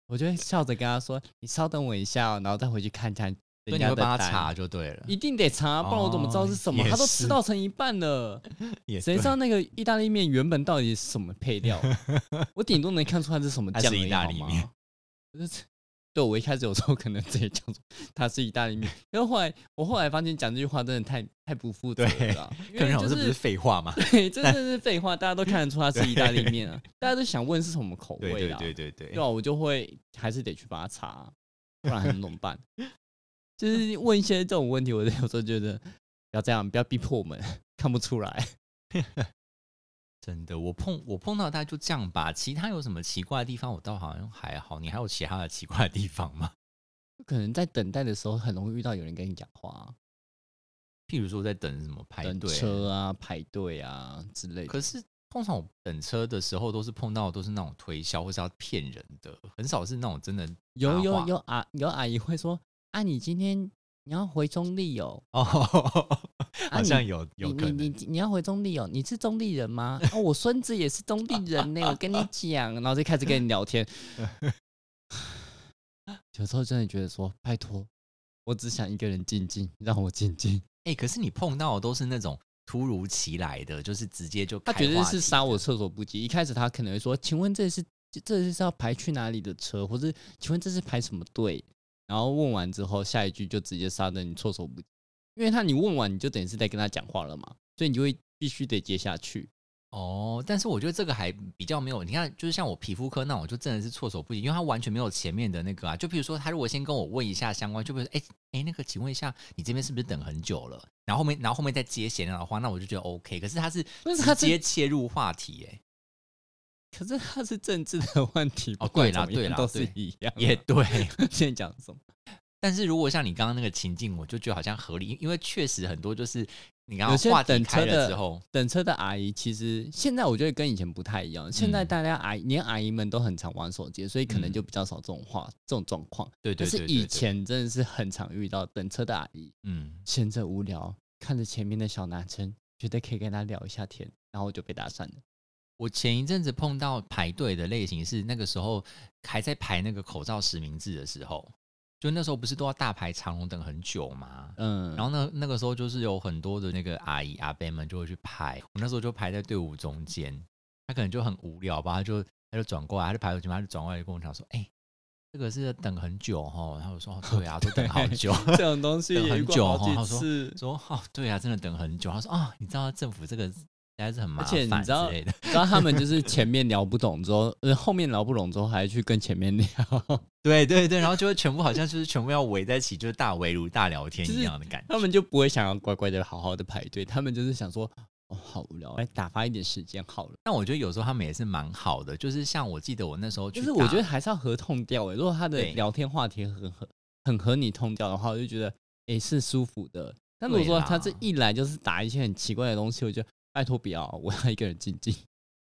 Speaker 2: 我就会笑着跟他说：“你稍等我一下、哦，然后再回去看一下你
Speaker 1: 所以
Speaker 2: 人
Speaker 1: 你会
Speaker 2: 家的
Speaker 1: 帮他
Speaker 2: 单
Speaker 1: 查就对了，
Speaker 2: 一定得查，不然我怎么知道是什么？
Speaker 1: 哦也
Speaker 2: 他都
Speaker 1: 是
Speaker 2: 吃到成一半了，
Speaker 1: 也
Speaker 2: 谁
Speaker 1: 对
Speaker 2: 知道那个意大利面原本到底是什么配料 啊？我顶多能看出它是什么
Speaker 1: 它
Speaker 2: 酱
Speaker 1: 是
Speaker 2: 而已
Speaker 1: 意大利。
Speaker 2: 好吗我就对，我一开始有时候可能直接讲说它是意大利面，然后后来我后来发现讲这句话真的太太不负责
Speaker 1: 对
Speaker 2: 任了啊，因
Speaker 1: 客人
Speaker 2: 为
Speaker 1: 想
Speaker 2: 就
Speaker 1: 说这不是废话吗？
Speaker 2: 对，真的是废话，大家都看得出它是意大利面啊，大家都想问是什么口
Speaker 1: 对
Speaker 2: 味
Speaker 1: 对
Speaker 2: 啊？
Speaker 1: 对对对
Speaker 2: 对啊，我就会还是得去把它查啊，不然还能怎么办？就是问一些这种问题，我有时候觉得不要这样，不要逼迫我们，看不出来。
Speaker 1: 真的，我碰我碰到他就这样吧，其他有什么奇怪的地方，我倒好像还好。你还有其他的奇怪的地方吗？
Speaker 2: 可能在等待的时候，很容易遇到有人跟你讲话啊，
Speaker 1: 譬如说在等什么排
Speaker 2: 等
Speaker 1: 队，
Speaker 2: 车啊、排队啊之类的。
Speaker 1: 可是通常我等车的时候，都是碰到都是那种推销或是要骗人的，很少是那种真的
Speaker 2: 有
Speaker 1: 搭话
Speaker 2: 有 有阿有阿姨会说：“啊，你今天你要回中立哦，
Speaker 1: 哦，好像有有
Speaker 2: 你
Speaker 1: 可
Speaker 2: 你你
Speaker 1: 能
Speaker 2: 你要回中立哦，你是中立人吗？哦，我孙子也是中立人呢，我跟你讲，然后就开始跟你 聊天。有时候真的觉得说，拜托，我只想一个人静静，让我静静。
Speaker 1: 哎、可是你碰到的都是那种突如其来的，就是直接就
Speaker 2: 他
Speaker 1: 开
Speaker 2: 绝对
Speaker 1: 话
Speaker 2: 是
Speaker 1: 题
Speaker 2: 杀我厕所不及。一开始他可能会说：“请问这是这这是要排去哪里的车，或是请问这是排什么队？”然后问完之后，下一句就直接杀的你措手不及，因为他你问完你就等于是在跟他讲话了嘛，所以你就会必须得接下去。
Speaker 1: 哦，但是我觉得这个还比较没有，你看，就是像我皮肤科那种，就真的是措手不及，因为他完全没有前面的那个啊。就比如说，他如果先跟我问一下相关，就比如说，哎、哎、那个，请问一下，你这边是不是等很久了？然后后面，然后后面再接闲聊的话，那我就觉得 OK。可是他是
Speaker 2: 但是他
Speaker 1: 直
Speaker 2: 是
Speaker 1: 接切入话题、 哎，
Speaker 2: 可是他是政治的 问题，
Speaker 1: 哦
Speaker 2: 不管
Speaker 1: 对啦
Speaker 2: 怎么样
Speaker 1: 对啦
Speaker 2: 都是
Speaker 1: 对
Speaker 2: 一样啊。
Speaker 1: 也 对。
Speaker 2: 现在讲什么？
Speaker 1: 但是如果像你刚刚那个情境，我就觉得好像合理，因为确实很多就是你刚
Speaker 2: 有
Speaker 1: 刚
Speaker 2: 些
Speaker 1: 话题
Speaker 2: 等
Speaker 1: 开
Speaker 2: 车
Speaker 1: 了
Speaker 2: 的
Speaker 1: 之后，
Speaker 2: 等车的阿姨其实现在我觉得跟以前不太一样，现在
Speaker 1: 嗯
Speaker 2: 大家阿姨连阿姨们都很常玩手机，所以可能
Speaker 1: 嗯
Speaker 2: 就比较少这种话、这种状况。
Speaker 1: 对对
Speaker 2: 但
Speaker 1: 对
Speaker 2: 是
Speaker 1: 对
Speaker 2: 以
Speaker 1: 对
Speaker 2: 前真的是很常遇到等车的阿姨
Speaker 1: 嗯，
Speaker 2: 闲着无聊，看着前面的小男生，觉得可以跟他聊一下天，然后我就被搭讪了。
Speaker 1: 我前一阵子碰到排队的类型是那个时候还在排那个口罩实名制的时候，就那时候不是都要大排长龙等很久吗？
Speaker 2: 嗯，
Speaker 1: 然后呢，那个时候就是有很多的那个阿姨阿伯们就会去排，我那时候就排在队伍中间，他可能就很无聊吧，他就他就转过来，他就排我前面，他就转过来跟我讲说：“哎、这个是等很久哦。”然后我说：“哦，对啊，都等好久。”
Speaker 2: 这种东西
Speaker 1: 等
Speaker 2: 也
Speaker 1: 很
Speaker 2: 遇过
Speaker 1: 久哦他
Speaker 2: 好几
Speaker 1: 说
Speaker 2: 次。
Speaker 1: 说哦，对啊，真的等很久。他说啊、你知道政府这个实在是很麻
Speaker 2: 而且你
Speaker 1: 烦
Speaker 2: 知
Speaker 1: 之
Speaker 2: 道
Speaker 1: 类的。
Speaker 2: 然后他们就是前面聊不懂之后，呃，后面聊不懂之后还去跟前面聊，
Speaker 1: 对对对，然后就会全部好像就是全部要围在一起，就是大围炉、大聊天
Speaker 2: 就是
Speaker 1: 一样的感觉。
Speaker 2: 他们就不会想要乖乖的好好的排队，他们就是想说，哦，好无
Speaker 1: 哎
Speaker 2: 聊，来打发一点时间好了。
Speaker 1: 但我觉得有时候他们也是蛮好的，就是像我记得我那时候去
Speaker 2: 就
Speaker 1: 打，
Speaker 2: 是我觉得还是要合痛调欸诶、如果他的
Speaker 1: 对
Speaker 2: 聊天话题很合很合你痛调的话，我就觉得诶、是舒服的。但如果
Speaker 1: 对
Speaker 2: 说
Speaker 1: 啦
Speaker 2: 他这一来就是打一些很奇怪的东西，我就拜托不要，我要一个人静静。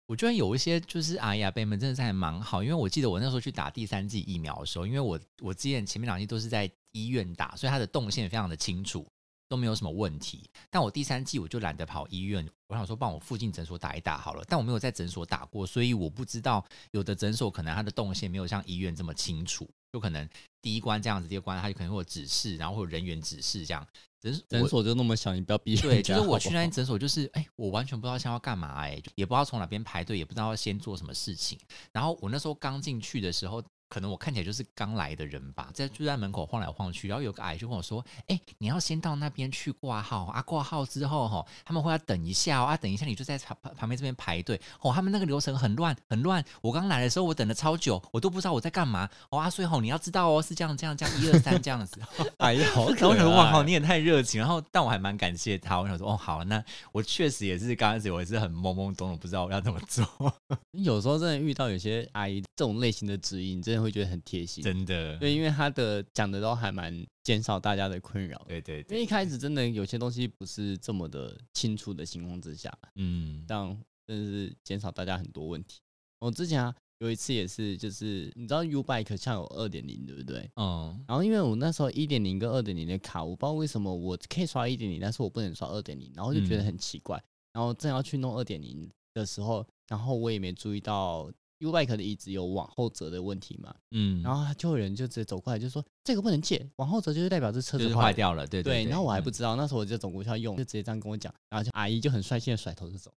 Speaker 1: 我觉得有一些就是阿姨阿伯们真的是还蛮好，因为我记得我那时候去打第三剂疫苗的时候，因为我我之前前面两剂都是在医院打，所以它的动线非常的清楚，都没有什么问题。但我第三剂我就懒得跑医院，我想说帮我附近诊所打一打好了，但我没有在诊所打过，所以我不知道有的诊所可能它的动线没有像医院这么清楚，就可能第一关这样子，第二关它就可能会有指示，然后会有人员指示这样。诊我
Speaker 2: 诊所就那么小，你不要逼
Speaker 1: 对，
Speaker 2: 人
Speaker 1: 就
Speaker 2: 家哦
Speaker 1: 是
Speaker 2: 好不
Speaker 1: 我
Speaker 2: 好
Speaker 1: 去那 间诊所，就是哎、我完全不知道现在要干嘛、哎，也不知道从哪边排队，也不知道要先做什么事情。然后我那时候刚进去的时候，可能我看起来就是刚来的人吧，在就在门口晃来晃去。然后有个阿姨就跟我说：“哎、你要先到那边去挂号啊，挂号之后哈，他们会要等一下、哦、啊，等一下你就在旁旁边这边排队哦。他们那个流程很乱，很乱。我刚来的时候，我等了超久，我都不知道我在干嘛哦啊，所以吼你要知道哦，是这样这样这样，一二三这样子。”
Speaker 2: 哎呀，好
Speaker 1: 然后
Speaker 2: 可
Speaker 1: 我想说哇靠，
Speaker 2: 爱。
Speaker 1: 你也太热情。然后，但我还蛮感谢他。我想说，哦，好，那我确实也是刚开始我也是很懵懵懂懂，不知道我要怎么 做。
Speaker 2: 有时候真的遇到有些阿姨这种类型的指引，你真的会觉得很贴心。
Speaker 1: 真的，
Speaker 2: 对，因为他的讲的都还蛮减少大家的困扰的。
Speaker 1: 对对
Speaker 2: 因
Speaker 1: 对，
Speaker 2: 为一开始真的有些东西不是这么的清楚的情况之下，
Speaker 1: 嗯，
Speaker 2: 这样真的是减少大家很多问题。我之前、啊、有一次也是，就是你知道 U Bike 像有二点零对不对？
Speaker 1: 嗯，
Speaker 2: 然后因为我那时候一点零跟二点零的卡，我不知道为什么我可以刷一点零，但是我不能刷二点零，然后就觉得
Speaker 1: 嗯
Speaker 2: 很奇怪。然后正要去弄二点零的时候，然后我也没注意到 U bike 的椅子有往后折的问题嘛，
Speaker 1: 嗯，
Speaker 2: 然后他就有人就直接走过来就说这个不能借，往后折就是代表这车
Speaker 1: 就
Speaker 2: 子
Speaker 1: 是
Speaker 2: 坏
Speaker 1: 坏
Speaker 2: 了。
Speaker 1: 掉了，对
Speaker 2: 对，
Speaker 1: 对。
Speaker 2: 然后我还
Speaker 1: 嗯
Speaker 2: 不知道，那时候我就总过去要用，就直接这样跟我讲，然后就阿姨就很率性的甩头 就走，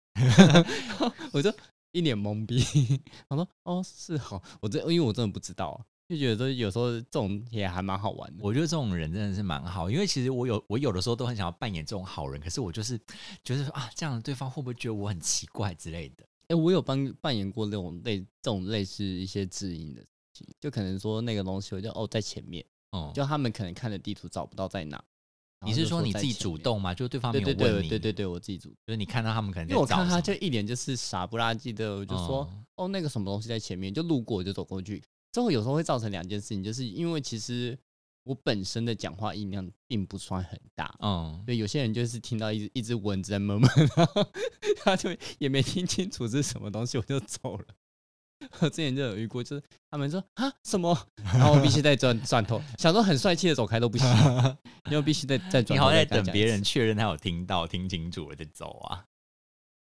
Speaker 2: 我就一脸懵逼，我说哦是好，我这因为我真的不知道、啊，就觉得说有时候这种也还蛮好玩的，
Speaker 1: 我觉得这种人真的是蛮好，因为其实我有我有的时候都很想要扮演这种好人，可是我就是觉得说啊，这样对方会不会觉得我很奇怪之类的？
Speaker 2: 哎、我有扮扮演过那种类这种类似一些指引的事情，就可能说那个东西，我就哦在前面，
Speaker 1: 哦、
Speaker 2: 就他们可能看的地图找不到在哪。然
Speaker 1: 你
Speaker 2: 后
Speaker 1: 是
Speaker 2: 就
Speaker 1: 说你
Speaker 2: 在
Speaker 1: 自己
Speaker 2: 前
Speaker 1: 主
Speaker 2: 面？
Speaker 1: 动吗？就对方没
Speaker 2: 对
Speaker 1: 有
Speaker 2: 对
Speaker 1: 问你，
Speaker 2: 对对对对，我自己主动。
Speaker 1: 就是你看到他们可能
Speaker 2: 因
Speaker 1: 在
Speaker 2: 为我看
Speaker 1: 找
Speaker 2: 他
Speaker 1: 什
Speaker 2: 就
Speaker 1: 么
Speaker 2: 一脸就是傻不拉几的，我就说哦
Speaker 1: 哦
Speaker 2: 那个什么东西在前面，就路过我就走过去。这会有时候会造成两件事情，就是因为其实我本身的讲话音量并不算很大，
Speaker 1: 嗯，
Speaker 2: 对，有些人就是听到一只一只蚊子在闷闷，然后 他就也没听清楚是什么东西，我就走了。我之前就有遇过，就是他们说啊什么，然后我必须再转转头，想说很帅气的走开 都不行，因为必须再再转
Speaker 1: 你
Speaker 2: 头
Speaker 1: 好在
Speaker 2: 再跟他
Speaker 1: 等
Speaker 2: 讲一
Speaker 1: 别
Speaker 2: 次
Speaker 1: 人确认他有听到听清楚了再走啊，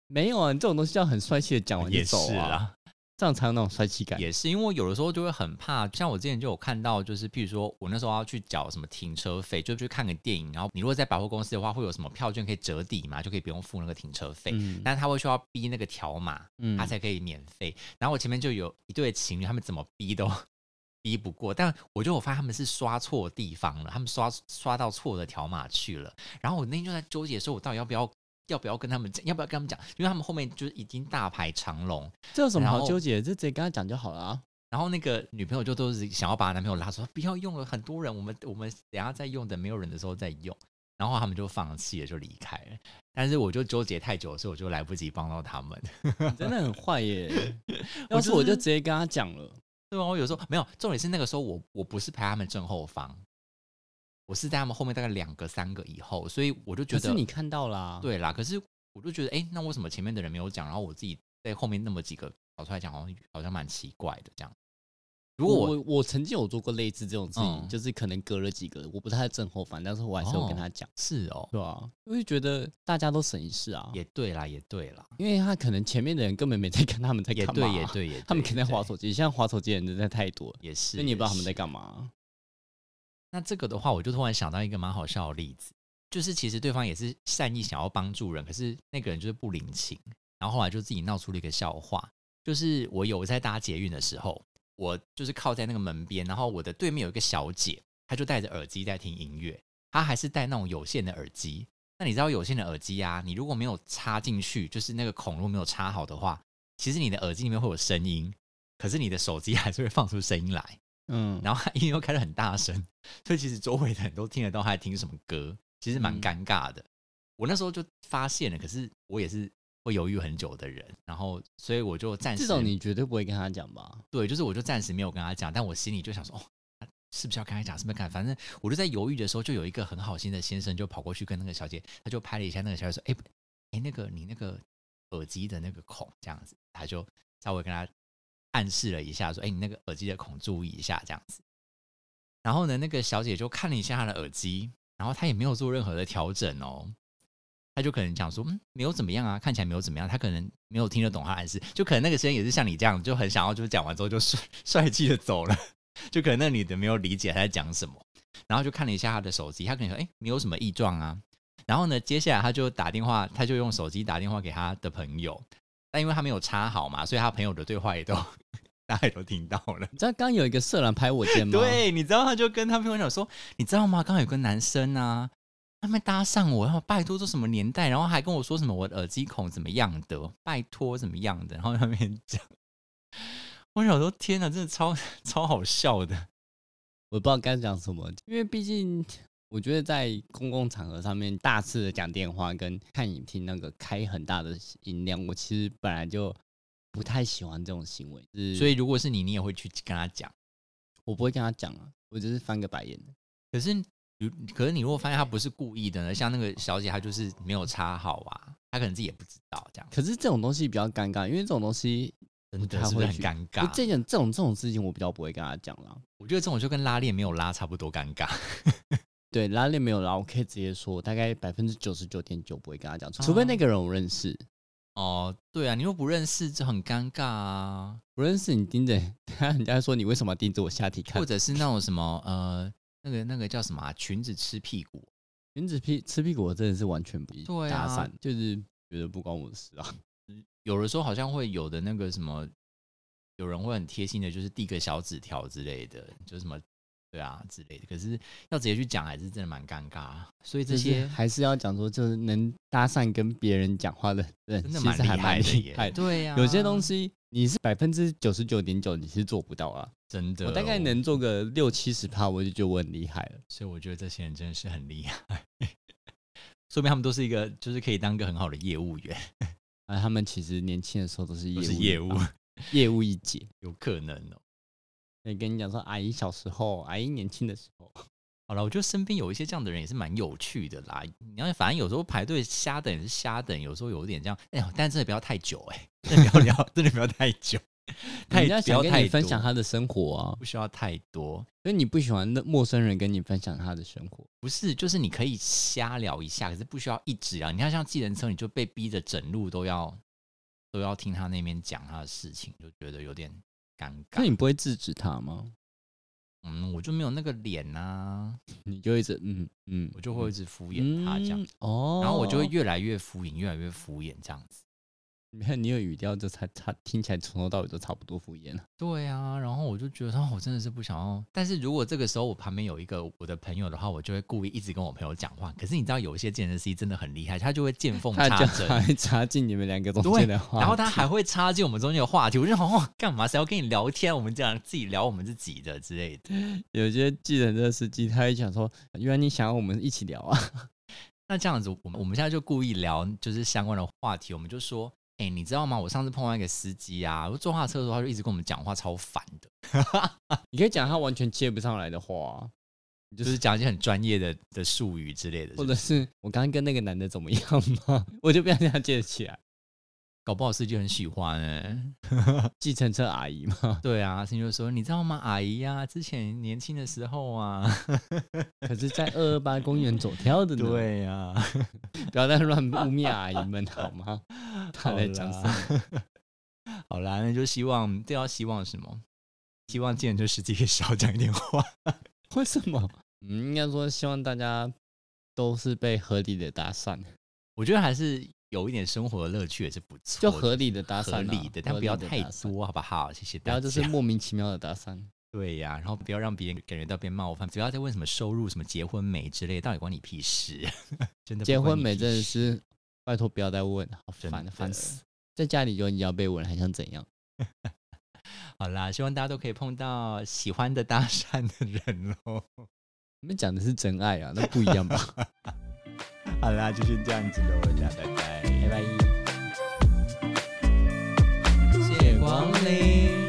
Speaker 2: 没有啊，你这种东西要很帅气的讲完就
Speaker 1: 也
Speaker 2: 走
Speaker 1: 是
Speaker 2: 啊，
Speaker 1: 啦，
Speaker 2: 这样才有那种帅气感。
Speaker 1: 也是，因为我有的时候就会很怕，像我之前就有看到，就是譬如说我那时候要去缴什么停车费，就去看个电影，然后你如果在百货公司的话，会有什么票券可以折抵嘛，就可以不用付那啊个停车费。
Speaker 2: 嗯
Speaker 1: 但他会需要逼那个条码，
Speaker 2: 嗯
Speaker 1: 他才可以免费。然后我前面就有一对情侣，他们怎么逼都 逼不过，但我就我发现他们是刷错地方了，他们刷刷到错的条码去了。然后我那天就在纠结，说我到底要不要要不要跟他们讲，要不要跟他们讲，因为他们后面就是已经大排长龙。
Speaker 2: 这有什么
Speaker 1: 然
Speaker 2: 好
Speaker 1: 后
Speaker 2: 纠结的？就直接跟他讲就好了 啊。
Speaker 1: 然后那个女朋友就都是想要把男朋友拉说不要用了，很多人，我们我们等一下再用，等没有人的时候再用。然后他们就放弃了，就离开了。但是我就纠结太久，所以我就来不及帮到他们。
Speaker 2: 你真的很 坏耶！
Speaker 1: 我
Speaker 2: 要
Speaker 1: 就是
Speaker 2: 是我就直接跟他讲了。
Speaker 1: 对啊，我有时候没有，重点是那个时候我我不是排他们正后方，我是在他们后面大概两个三个以后，所以我就觉
Speaker 2: 可是
Speaker 1: 得
Speaker 2: 你看到啊啦，，
Speaker 1: 对啦。可是我就觉得，哎、那为什么前面的人没有讲，然后我自己在后面那么几个跑出来讲，好像好像蛮奇怪的这样。如果
Speaker 2: 我
Speaker 1: 我
Speaker 2: 我我曾经有做过类似这种事情，
Speaker 1: 嗯
Speaker 2: 就是可能隔了几个，我不太正后方，但是我还是有跟他讲，
Speaker 1: 是哦，
Speaker 2: 对啊，因为觉得大家都省一事啊，
Speaker 1: 也对啦，也对啦，
Speaker 2: 因为他可能前面的人根本没在看他们在
Speaker 1: 也
Speaker 2: 干嘛，啊
Speaker 1: 对，也，对，也对
Speaker 2: 他们肯定在划，
Speaker 1: 也
Speaker 2: 手机，现在划手机的人真的太多了，
Speaker 1: 对也是，
Speaker 2: 所以你也不知道他们
Speaker 1: 也是
Speaker 2: 在干嘛。
Speaker 1: 那这个的话，我就突然想到一个蛮好笑的例子，就是其实对方也是善意想要帮助人，可是那个人就是不领情，然后后来就自己闹出了一个笑话。就是我有在搭捷运的时候，我就是靠在那个门边，然后我的对面有一个小姐，她就戴着耳机在听音乐，她还是戴那种有线的耳机。那你知道有线的耳机啊，你如果没有插进去，就是那个孔如果没有插好的话，其实你的耳机里面会有声音，可是你的手机还是会放出声音来。
Speaker 2: 嗯，
Speaker 1: 然后他音乐又开得很大声，所以其实周围的人都听得到他在听什么歌，其实蛮
Speaker 2: 嗯
Speaker 1: 尴尬的。我那时候就发现了，可是我也是会犹豫很久的人，然后所以我就暂时
Speaker 2: 这种你绝对不会跟他讲吧？
Speaker 1: 对，就是我就暂时没有跟他讲，但我心里就想说，哦，是不是要跟他讲？是不是要跟他？反正我就在犹豫的时候，就有一个很好心的先生就跑过去跟那个小姐，他就拍了一下那个小姐说，哎、哎、那个你那个耳机的那个孔这样子，他就稍微跟他暗示了一下，说，哎、你那个耳机的孔注意一下这样子。然后呢，那个小姐就看了一下她的耳机，然后她也没有做任何的调整哦。她就可能讲说，嗯，没有怎么样啊，看起来没有怎么样。她可能没有听得懂她的暗示，就可能那个声音也是像你这样，就很想要，就是讲完之后就帅 帅气的走了。就可能那女的没有理解她在讲什么，然后就看了一下她的手机，她可能说，哎，没有什么异状啊。然后呢，接下来她就打电话，她就用手机打电话给她的朋友，但因为她没有插好嘛，所以她朋友的对话也都 大家也都听到了。
Speaker 2: 你知道刚刚有一个色狼拍我肩 吗？
Speaker 1: 对，你知道他就跟他朋友讲说，你知道吗？刚刚有个男生啊，他们搭上我，然后拜托，这什么年代？然后还跟我说什么我的耳机孔怎么样的，拜托怎么样的，然后在那边 讲。我想说，天哪，真的超 超好笑的。
Speaker 2: 我不知道该讲什么，因为毕竟我觉得在公共场合上面大肆的讲电话跟看影厅那个开很大的音量，我其实本来就不太喜欢这种行为，是
Speaker 1: 所以如果是你，你也会去跟他讲。
Speaker 2: 我不会跟他讲啊，我只是翻个白眼。
Speaker 1: 可是如，可是你如果发现他不是故意的呢？像那个小姐，她就是没有插好啊，她可能自己也不知道这样。
Speaker 2: 可是这种东西比较尴尬，因为这种东西
Speaker 1: 真
Speaker 2: 不
Speaker 1: 的
Speaker 2: 太
Speaker 1: 是不是
Speaker 2: 会
Speaker 1: 很
Speaker 2: 去
Speaker 1: 尴
Speaker 2: 我
Speaker 1: 尬？
Speaker 2: 这种这种这种事情我比较不会跟他讲啦。
Speaker 1: 我觉得这种就跟拉链没有拉差不多尴尬。
Speaker 2: 对，拉链没有拉，我可以直接说，大概百分之九十九点九不会跟他讲，除非那个人我认识。
Speaker 1: 哦，对啊，你又不认识，就很尴尬啊。
Speaker 2: 不认识你盯着， 他人家说你为什么要盯着我下体看
Speaker 1: 或？者是那种什么呃，那个那个叫什么啊、裙子吃屁股，
Speaker 2: 原子屁吃屁股，我真的是完全不
Speaker 1: 对
Speaker 2: 搭
Speaker 1: 啊
Speaker 2: 讪，就是觉得不关我的事啊。
Speaker 1: 有的时候好像会有的那个什么，有人会很贴心的，就是递个小纸条之类的，就什么对啊之类的。可是要直接去讲，还是真的蛮尴尬。啊所以这
Speaker 2: 就是
Speaker 1: 些
Speaker 2: 还是要讲说，就是能搭讪跟别人讲话的人，
Speaker 1: 真的
Speaker 2: 其
Speaker 1: 蛮
Speaker 2: 实还蛮
Speaker 1: 的
Speaker 2: 厉
Speaker 1: 耶
Speaker 2: 害。的。
Speaker 1: 对啊呀、
Speaker 2: 有些东西你是百分之九十九点九，你是做不到啊。
Speaker 1: 真的，哦
Speaker 2: 我大概。能做个六七十趴，我就觉得我很厉害了。
Speaker 1: 所以我觉得这些人真的是很厉害， 说明他们都是一个，就是可以当个很好的业务员，
Speaker 2: 啊，他们其实年轻的时候都是业
Speaker 1: 都
Speaker 2: 务，啊
Speaker 1: 是业务，
Speaker 2: 业务一姐。
Speaker 1: 有可能哦。
Speaker 2: 那跟你讲说，阿姨小时候，阿姨年轻的时候，
Speaker 1: 好了，我觉得身边有一些这样的人也是蛮有趣的啦。你要反正有时候排队瞎等也是瞎等，有时候有点这样，哎呀，但真的不要太久哎、真的不要聊，真的不要太 久，太
Speaker 2: 人家
Speaker 1: 不要
Speaker 2: 想跟
Speaker 1: 太
Speaker 2: 你分享
Speaker 1: 多，
Speaker 2: 她的生活啊，
Speaker 1: 不需要太多。
Speaker 2: 所以你不喜欢那陌生人跟你分享他的生活。
Speaker 1: 不是，就是你可以瞎聊一下，可是不需要一直啊。你看，像计程车，你就被逼着整路都要都要听他那边讲他的事情，就觉得有点尴
Speaker 2: 那
Speaker 1: 尬。
Speaker 2: 你不会制止他吗？
Speaker 1: 嗯，我就没有那个脸呐、
Speaker 2: 你就一直嗯嗯，
Speaker 1: 我就会一直敷衍他这样，
Speaker 2: 嗯哦，
Speaker 1: 然后我就会越来越敷衍，越来越敷衍这样子。
Speaker 2: 你看你有语调，就差差听起来从头到尾都差不多敷 衍了。
Speaker 1: 对啊，然后我就觉得，哦，我真的是不想要。但是如果这个时候我旁边有一个我的朋友的话，我就会故意一直跟我朋友讲话。可是你知道，有一些健身 C 真的很厉害，他就会见缝
Speaker 2: 他
Speaker 1: 插
Speaker 2: 就
Speaker 1: 针，
Speaker 2: 还插进你们两个中
Speaker 1: 对
Speaker 2: 间的话，
Speaker 1: 然 后他还会插进我们中间的话题。我就想，哦，干嘛？谁要跟你聊天？我们这样自己聊我们自己的之类的。
Speaker 2: 有些计程车司机，他会想说，原来你想要我们一起聊啊，
Speaker 1: 那这样子，我们我们现在就故意聊就是相关的话题，我们就说。哎、你知道吗？我上次碰到一个司机啊，我坐他的车的时候，他就一直跟我们讲话，超烦的，
Speaker 2: 你可以讲他完全接不上来的话啊、
Speaker 1: 就
Speaker 2: 就是
Speaker 1: 是讲一些很专业的的术语之类的，
Speaker 2: 或者是我刚刚跟那个男的怎么样吗？ 我就不想跟他接起来。
Speaker 1: 搞不好司机很喜欢哎、
Speaker 2: 计程车阿姨嘛，
Speaker 1: 对啊，星就说你知道吗，阿姨啊，之前年轻的时候 啊，
Speaker 2: 可是在二二八公园走跳的呢。，
Speaker 1: 呀、
Speaker 2: 不要再乱污蔑阿姨们好吗？他在讲什么？
Speaker 1: 么？ 好啦，那就希望这要希望什么？希望见就实际可以少讲一点话。
Speaker 2: 为什么？ 嗯，应该说希望大家都是被合理的搭讪，
Speaker 1: 我觉得还是有一点生活的乐趣也是不错，
Speaker 2: 就合理的搭讪、
Speaker 1: 合
Speaker 2: 啊，
Speaker 1: 理的，但
Speaker 2: 合
Speaker 1: 不要
Speaker 2: 地
Speaker 1: 太
Speaker 2: 搭讪，
Speaker 1: 多，好不好？谢谢
Speaker 2: 不
Speaker 1: 大家。
Speaker 2: 要就是莫名其妙的搭讪。
Speaker 1: 对呀、然后不要让别人感觉到被冒犯，不要再问什么收入、什么结婚没之类的，到底关你屁事？ 真的不
Speaker 2: 结
Speaker 1: 关
Speaker 2: 婚
Speaker 1: 你
Speaker 2: 没
Speaker 1: 屁
Speaker 2: 真的
Speaker 1: 事
Speaker 2: 是，拜托不要再问，好
Speaker 1: 真
Speaker 2: 烦
Speaker 1: 的
Speaker 2: 烦死！在家里就已经要被问了，还想怎样？
Speaker 1: 好啦，希望大家都可以碰到喜欢的搭讪的人喽。
Speaker 2: 你们讲的是真爱啊，那不一样吧？
Speaker 1: 好啦，就先这样子喽，大家拜拜。
Speaker 2: 拜拜。谢光临。